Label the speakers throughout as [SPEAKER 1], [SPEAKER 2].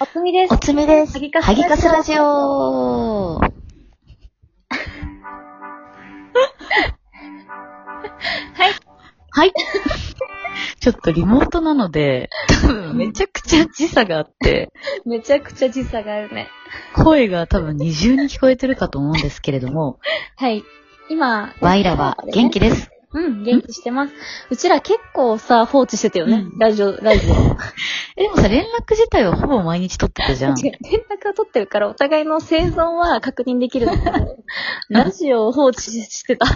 [SPEAKER 1] おつみで
[SPEAKER 2] お
[SPEAKER 1] す。
[SPEAKER 2] つみです。
[SPEAKER 1] ハギカス
[SPEAKER 2] ハギカスラジオ。
[SPEAKER 1] はい。
[SPEAKER 2] はい。ちょっとリモートなの で、多分めちゃくちゃ時差があって、
[SPEAKER 1] めちゃくちゃ時差があるね。
[SPEAKER 2] 声が多分二重に聞こえてるかと思うんですけれども、
[SPEAKER 1] はい。今、
[SPEAKER 2] ワイラは元気です。
[SPEAKER 1] うん、元気してます。うちら結構さ、放置してたよね。
[SPEAKER 2] うん
[SPEAKER 1] ラジオ、ラジオ。
[SPEAKER 2] え、でもさ、連絡自体はほぼ毎日取ってたじゃん。
[SPEAKER 1] 違う連絡は取ってるから、お互いの生存は確認できるんだけど、ラジオを放置してた。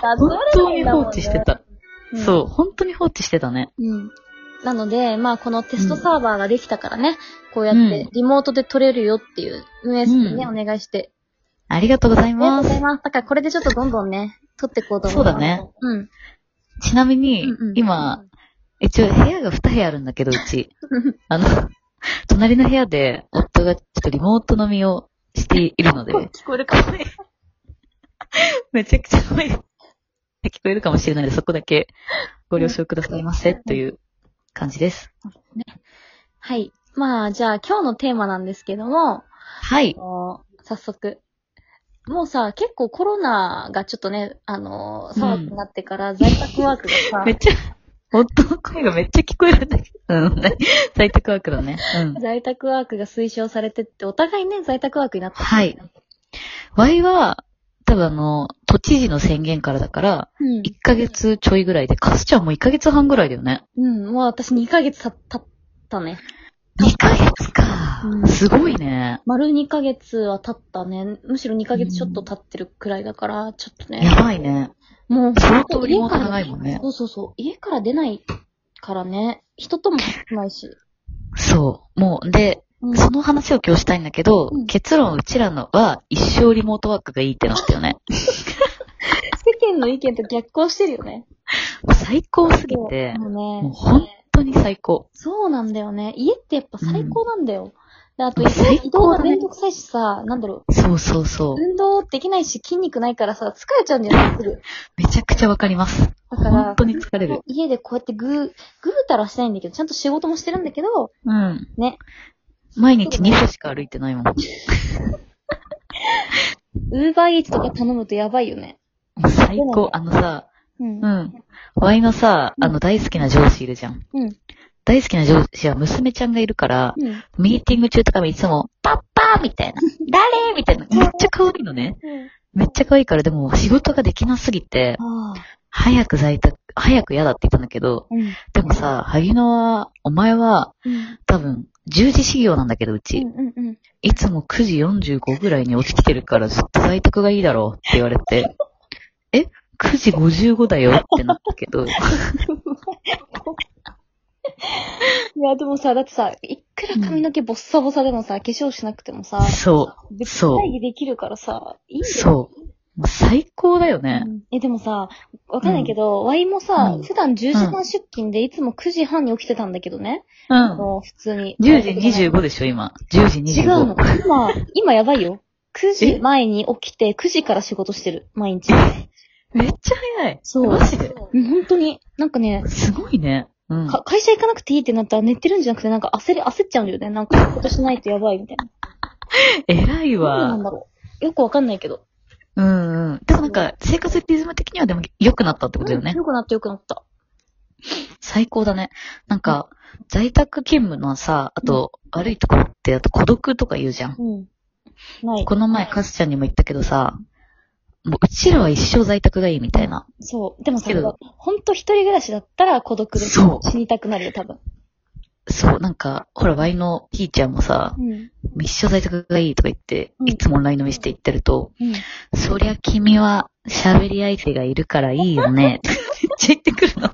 [SPEAKER 2] 本当に放置してた。
[SPEAKER 1] うん
[SPEAKER 2] そう、本当に放置してたね。
[SPEAKER 1] うん。なので、まあ、このテストサーバーができたからね、こうやっ
[SPEAKER 2] う
[SPEAKER 1] て
[SPEAKER 2] ん
[SPEAKER 1] リモートで取れるよっていう運営さんにね、
[SPEAKER 2] う
[SPEAKER 1] お願いして。
[SPEAKER 2] ありがとうござい
[SPEAKER 1] ありがとう
[SPEAKER 2] ま
[SPEAKER 1] ござい
[SPEAKER 2] す。
[SPEAKER 1] ます。だからこれでちょっとどんどんね、取っていこうと思います。
[SPEAKER 2] そうだね。
[SPEAKER 1] うん。
[SPEAKER 2] ちなみに、
[SPEAKER 1] うんうん
[SPEAKER 2] 今、、一応部屋が2部屋あるんだけど、うち。 あの、隣の部屋で夫がちょっとリモート飲みをしているので、
[SPEAKER 1] 聞こえるかもね。
[SPEAKER 2] めちゃくちゃ声が聞こえるかもしれないので、そこだけご了承くださいませ、という感じです。
[SPEAKER 1] はい。まあ、じゃあ今日のテーマなんですけども、
[SPEAKER 2] はい。
[SPEAKER 1] 早速。もうさ、結構コロナがちょっとね、あのー、騒ぎになってから在宅ワークがさ
[SPEAKER 2] め、っちゃ、夫の声がめっちゃ聞こえるんだけど、 うん、在宅ワークだね。うん。
[SPEAKER 1] 在宅ワークが推奨されてって、お互いね、在宅ワークになった。
[SPEAKER 2] はい。ワイは、多分あの、都知事の宣言からだから、
[SPEAKER 1] うん。
[SPEAKER 2] 1ヶ月ちょいぐらいで、カスちゃんも1ヶ月半ぐらいだよね。
[SPEAKER 1] うん、もう私2ヶ月た経ったね。
[SPEAKER 2] 2ヶ月か
[SPEAKER 1] うん。
[SPEAKER 2] すごいね。
[SPEAKER 1] 丸2ヶ月は経ったね。むしろ2ヶ月ちょっと経ってるくらいだから、ちょっとね。
[SPEAKER 2] やばいね。
[SPEAKER 1] もう、
[SPEAKER 2] 相当リモート長いもんね
[SPEAKER 1] そうそうそう。家から出ないからね。人とも少ないし。
[SPEAKER 2] そう。もう、で、
[SPEAKER 1] うん
[SPEAKER 2] その話を今日したいんだけど、
[SPEAKER 1] うん
[SPEAKER 2] 結論うちらのは一生リモートワークがいいってなったよね。
[SPEAKER 1] 世間の意見と逆行してるよね。
[SPEAKER 2] 最高すぎて、
[SPEAKER 1] もう
[SPEAKER 2] もう
[SPEAKER 1] ね。
[SPEAKER 2] 本当に最高。
[SPEAKER 1] そうなんだよね。家ってやっぱ最高なんだよ。であと移動、
[SPEAKER 2] 最
[SPEAKER 1] 移動
[SPEAKER 2] 高だ
[SPEAKER 1] が
[SPEAKER 2] ね
[SPEAKER 1] めんどくさいしさ、なんだろ。
[SPEAKER 2] そうそうそうう。
[SPEAKER 1] 運動できないし筋肉ないからさ、疲れちゃうんだよね、すぐ。
[SPEAKER 2] めちゃくちゃわかります。
[SPEAKER 1] だから
[SPEAKER 2] 本当に疲れる。
[SPEAKER 1] 家でこうやってぐー、ぐーたらはしてないんだけど、ちゃんと仕事もしてるんだけど、
[SPEAKER 2] うん。
[SPEAKER 1] ね。
[SPEAKER 2] 毎日2歩しか歩いてないもん。も
[SPEAKER 1] ウーバーイーツとか頼むとやばいよね。
[SPEAKER 2] う最
[SPEAKER 1] そう
[SPEAKER 2] 高。あのさ、
[SPEAKER 1] うん
[SPEAKER 2] う。ん。ワイのさ、あの大好きな上司いるじゃん。
[SPEAKER 1] うん。
[SPEAKER 2] 大好きな上司は娘ちゃんがいるから、
[SPEAKER 1] うん。
[SPEAKER 2] ミーティング中とかもいつも、パッパーみ たいな。誰みたいな。めっちゃ可愛いのね。めっちゃ可愛いから、でも仕事ができなすぎて、
[SPEAKER 1] ああ。
[SPEAKER 2] 早く在宅、早く嫌だって言ったんだけど、
[SPEAKER 1] うん。
[SPEAKER 2] でもさ、萩野は、お前は、
[SPEAKER 1] うん。
[SPEAKER 2] 多分、10時始業なんだけど、う
[SPEAKER 1] う
[SPEAKER 2] ち。
[SPEAKER 1] ん。うん。
[SPEAKER 2] いつも9時45ぐらいに起きてるから、ずっと在宅がいいだろうって言われて、え ?9 時55だよってなった けど、
[SPEAKER 1] いや、でもさ、だってさ、いくら髪の毛ボッサボサでもさ、化粧しなくてもさ、
[SPEAKER 2] そ
[SPEAKER 1] 別
[SPEAKER 2] そう
[SPEAKER 1] 会議できるからさ、いいん
[SPEAKER 2] う、
[SPEAKER 1] だよ
[SPEAKER 2] そう。もう最高だよね
[SPEAKER 1] う。んえ、でもさ、わかんないけど、ワイもさ、
[SPEAKER 2] うん
[SPEAKER 1] 普段10時半出勤でいつも9時半に起きてたんだけどね。
[SPEAKER 2] う
[SPEAKER 1] あ
[SPEAKER 2] ん。
[SPEAKER 1] の普通に。
[SPEAKER 2] 10時25でしょ、今。10時25。
[SPEAKER 1] 違うの。今、今やばいよ。9時前に起きて、9時から仕事してる。毎日。
[SPEAKER 2] めっちゃ早い。
[SPEAKER 1] そう
[SPEAKER 2] マジで。
[SPEAKER 1] うん本当に。なんかね、
[SPEAKER 2] すごいね。うん。
[SPEAKER 1] か会社行かなくていいってなったら寝てるんじゃなくて、なんか焦り、焦っちゃうんだよね。なんか、仕事しないとやばいみたいな。
[SPEAKER 2] 偉い
[SPEAKER 1] どうな
[SPEAKER 2] わ
[SPEAKER 1] ん。だろう。よくわかんないけど。
[SPEAKER 2] うんうん。でもなんか、生活リズム的にはでも良くなったってことだよね
[SPEAKER 1] うん。良くなった良くなった。
[SPEAKER 2] 最高だね。なんか、在宅勤務のさ、あと、悪いところって、あと孤独とか言うじゃん。
[SPEAKER 1] うん。ない。
[SPEAKER 2] この前、カスちゃんにも言ったけどさ、もう、うちらは一生在宅がいいみたいな。
[SPEAKER 1] そう。でもさ
[SPEAKER 2] けど、
[SPEAKER 1] ほんと一人暮らしだったら孤独で
[SPEAKER 2] そう
[SPEAKER 1] 死にたくなるよ、多分。
[SPEAKER 2] そう、なんか、ほら、ワイのひーちゃんもさ、
[SPEAKER 1] うん。
[SPEAKER 2] 一生在宅がいいとか言って
[SPEAKER 1] う、ん
[SPEAKER 2] いつもオンライン飲みして言ってると、
[SPEAKER 1] うん。
[SPEAKER 2] そりゃ君は喋り相手がいるからいいよ ね。めっちゃ言ってくるの。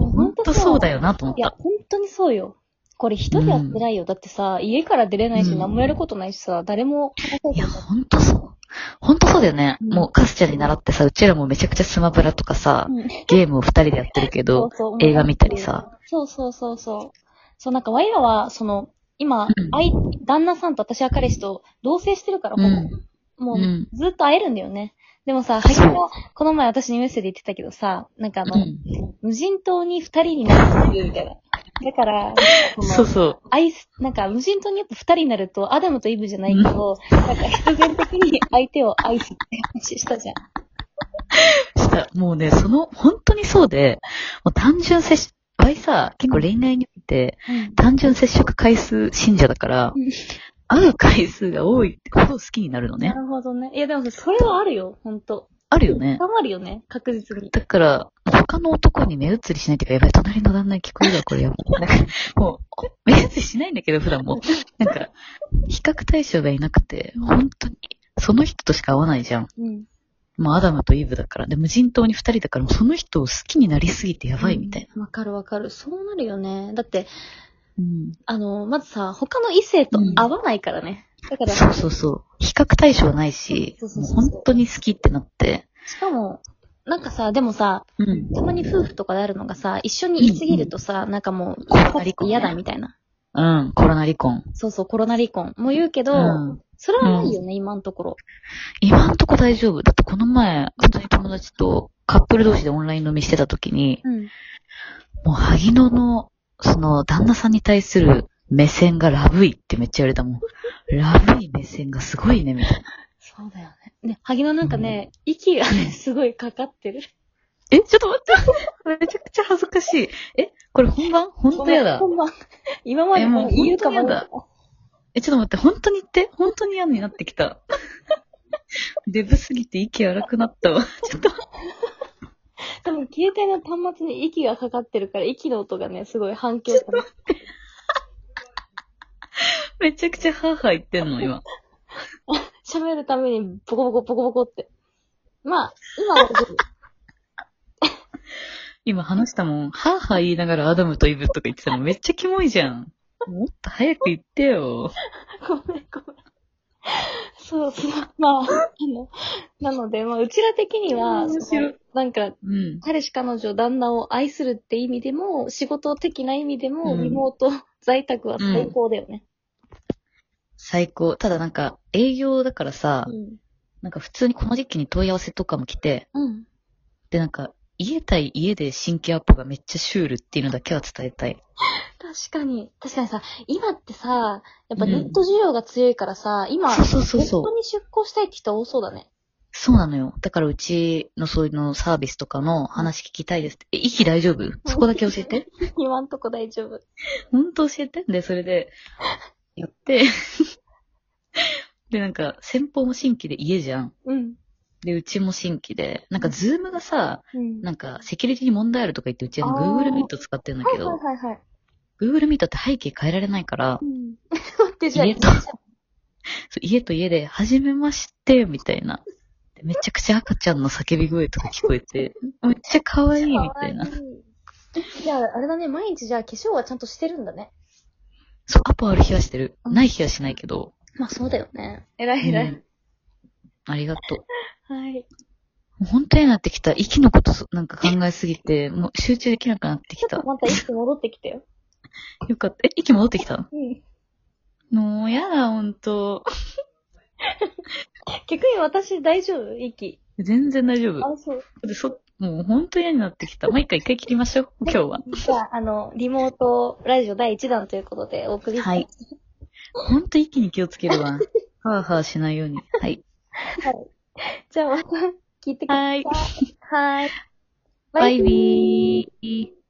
[SPEAKER 2] もうほんとそうだ
[SPEAKER 1] よ。
[SPEAKER 2] よなと思っ
[SPEAKER 1] いや、
[SPEAKER 2] た。
[SPEAKER 1] ほんとにそうよ。これ一人は辛いよ。だってさ、家から出れないし、
[SPEAKER 2] うん
[SPEAKER 1] 何もやることないしさ、誰も話せ
[SPEAKER 2] いや、ほんとそう。ほんとそうだよね。
[SPEAKER 1] うん
[SPEAKER 2] もうカスちゃんに習ってさ、うちらもめちゃくちゃスマブラとかさ、
[SPEAKER 1] うん
[SPEAKER 2] ゲームを二人でやってるけど、
[SPEAKER 1] そう
[SPEAKER 2] 映画見たりさ。
[SPEAKER 1] そうそうそうそう。そう、なんか、ワイらは、その、今、
[SPEAKER 2] うん
[SPEAKER 1] あい、旦那さんと私は彼氏と同棲してるから、ほぼ。
[SPEAKER 2] うん
[SPEAKER 1] も
[SPEAKER 2] う
[SPEAKER 1] う、
[SPEAKER 2] ん。
[SPEAKER 1] ずっと会えるんだよね。でもさ、
[SPEAKER 2] そう
[SPEAKER 1] 萩野は、この前私にメッセージ言ってたけどさ、なんかあ
[SPEAKER 2] う
[SPEAKER 1] の、
[SPEAKER 2] ん。
[SPEAKER 1] 無人島に二人になってるみたいな。だから、その
[SPEAKER 2] そうそう。
[SPEAKER 1] アイス、なんか無人島にやっぱ二人になると、アダムとイブじゃないけど、なんか必然的に相手を愛すって話したじゃん。
[SPEAKER 2] した。もうね、その、本当にそうで、もう単純接触、倍さ、結構恋愛において、単純接触回数信者だから
[SPEAKER 1] うん、
[SPEAKER 2] 会う回数が多いほど好きになるの
[SPEAKER 1] な
[SPEAKER 2] ね。
[SPEAKER 1] るほどね。いやでもそれはあるよ、ほんと。
[SPEAKER 2] あるよね。
[SPEAKER 1] 頑張るよね、確実に。
[SPEAKER 2] だから、他の男に目移りしないっていうか、やばい、隣の旦那に聞こえるわ、これやば い。なんか、もう、目移りしないんだけど、普段も。なんか、比較対象がいなくて、本当に、その人としか会わないじゃん。
[SPEAKER 1] うん。
[SPEAKER 2] まあ、アダムとイブだから。で、無人島に二人だから、もうその人を好きになりすぎてやばいみたい
[SPEAKER 1] な。わかるわかる。そうなるよね。だって、
[SPEAKER 2] な。うん。
[SPEAKER 1] あの、まずさ、他の異性と合わないからね。だから、
[SPEAKER 2] そうそうそう。比較対象ないし、
[SPEAKER 1] そうそ
[SPEAKER 2] も
[SPEAKER 1] う
[SPEAKER 2] う
[SPEAKER 1] そうそう
[SPEAKER 2] 本当に好きってなって。
[SPEAKER 1] しかも、なんかさ、でもさ、
[SPEAKER 2] うん。
[SPEAKER 1] たまに夫婦とかであるのがさ、一緒にいすぎるとさ、なんかもう、嫌だみたいな。
[SPEAKER 2] うん。コロナ離婚。
[SPEAKER 1] そうそう、コロナ離婚も言うけど、
[SPEAKER 2] うん。
[SPEAKER 1] それはないよね、今のところ。
[SPEAKER 2] 今んとこ大丈夫。だってこの前、普通に友達とカップル同士でオンライン飲みしてた時に、
[SPEAKER 1] うん。
[SPEAKER 2] もう萩野の、その、旦那さんに対する目線がラブいってめっちゃ言われたもん。ラブい目線がすごいね、みたいな。
[SPEAKER 1] そうだよね。ね、萩野なんかね、息がね、すごいかかってる。
[SPEAKER 2] え、ちょっと待って。めちゃくちゃ恥ずかしい。え、これ本番本当やだ。
[SPEAKER 1] ほんま。今まで
[SPEAKER 2] えもう
[SPEAKER 1] 言うかも
[SPEAKER 2] ほんとやだえ、ちょっと待って、本当に言って、本当に嫌になってきた。デブすぎて息荒くなったわ。ちょっと、
[SPEAKER 1] 多分、携帯の端末に息がかかってるから、息の音がね、すごい反響する。
[SPEAKER 2] めちゃくちゃハーハー言ってんの、今。
[SPEAKER 1] 喋るために、ボコボコボコボコって。まあ、今は大 丈夫、
[SPEAKER 2] 今話したもん、ハーハー言いながらアダムとイブとか言ってたのめっちゃキモいじゃん。もっと早く言ってよ。
[SPEAKER 1] ごめん、ごめん。そうそう。まあ、あの、なので、まあ、うちら的には、
[SPEAKER 2] 面白い
[SPEAKER 1] そのなんか、
[SPEAKER 2] うん。
[SPEAKER 1] 彼氏、彼女、旦那を愛するって意味でも、仕事的な意味でも、
[SPEAKER 2] うん
[SPEAKER 1] リモート、在宅は最高だよね。
[SPEAKER 2] 最高。ただなんか、営業だからさ
[SPEAKER 1] う、ん。
[SPEAKER 2] なんか普通にこの時期に問い合わせとかも来て、
[SPEAKER 1] うん。
[SPEAKER 2] でなんか、家対家で新規アポがめっちゃシュールっていうのだけは伝えたい。
[SPEAKER 1] 確かに。確かにさ、今ってさ、やっぱ
[SPEAKER 2] うん
[SPEAKER 1] ネット需要が強いからさ、今、
[SPEAKER 2] そうそうそうそう
[SPEAKER 1] ネットに出向したいって人多そうだね。
[SPEAKER 2] そうなのよ。だからうちのそういうのサービスとかの話聞きたいですって。え、息大丈夫そこだけ教えて。
[SPEAKER 1] 今んとこ大丈夫。
[SPEAKER 2] ほんと教えて。で、それで、やって。 で、なんか、先方も新規で家じゃん。
[SPEAKER 1] うん。
[SPEAKER 2] で、うちも新規で。なんか、ズームがさ、
[SPEAKER 1] うん。
[SPEAKER 2] なんか、セキュリティに問題あるとか言って、うちはね
[SPEAKER 1] あー
[SPEAKER 2] Google Meet 使ってるんだ
[SPEAKER 1] は
[SPEAKER 2] け
[SPEAKER 1] いは
[SPEAKER 2] ど
[SPEAKER 1] い、はいはい。
[SPEAKER 2] Google Meet って背景変えられないから
[SPEAKER 1] う、ん。待って、じゃあ、
[SPEAKER 2] 家とそう家と家で、はじめまして、みたいな。でめちゃくちゃ赤ちゃんの叫び声とか聞こえて、めっちゃ可愛いみたいな。
[SPEAKER 1] かわいい。じゃあ、あれだね、毎日じゃあ化粧はちゃんとしてるんだね。
[SPEAKER 2] そう、アポある日はしてる。ない日はしないけど。
[SPEAKER 1] まあそうだよね。えらいえら
[SPEAKER 2] う
[SPEAKER 1] い。
[SPEAKER 2] んありがとう。も
[SPEAKER 1] はい。
[SPEAKER 2] う本当になってきた。息のことそなんか考えすぎて、もう集中できなくなって
[SPEAKER 1] ち
[SPEAKER 2] き
[SPEAKER 1] ょったと。また一気戻ってきたよ。
[SPEAKER 2] よかった。え、息戻ってきた
[SPEAKER 1] うん。
[SPEAKER 2] もうやだ、ほんと。
[SPEAKER 1] 逆に私大丈夫息。
[SPEAKER 2] 全然大丈夫。
[SPEAKER 1] あ、そう。
[SPEAKER 2] でそもう本当に嫌になってきた。もう一回一回切りましょう、今日は。
[SPEAKER 1] じゃあ、あの、リモートラジオ第1弾ということでお送りして。
[SPEAKER 2] はい。ほんと息に気をつけるわ。はぁはぁしないように。はい。
[SPEAKER 1] じゃあまた聞いてください。
[SPEAKER 2] はい。
[SPEAKER 1] はい。
[SPEAKER 2] バイビー。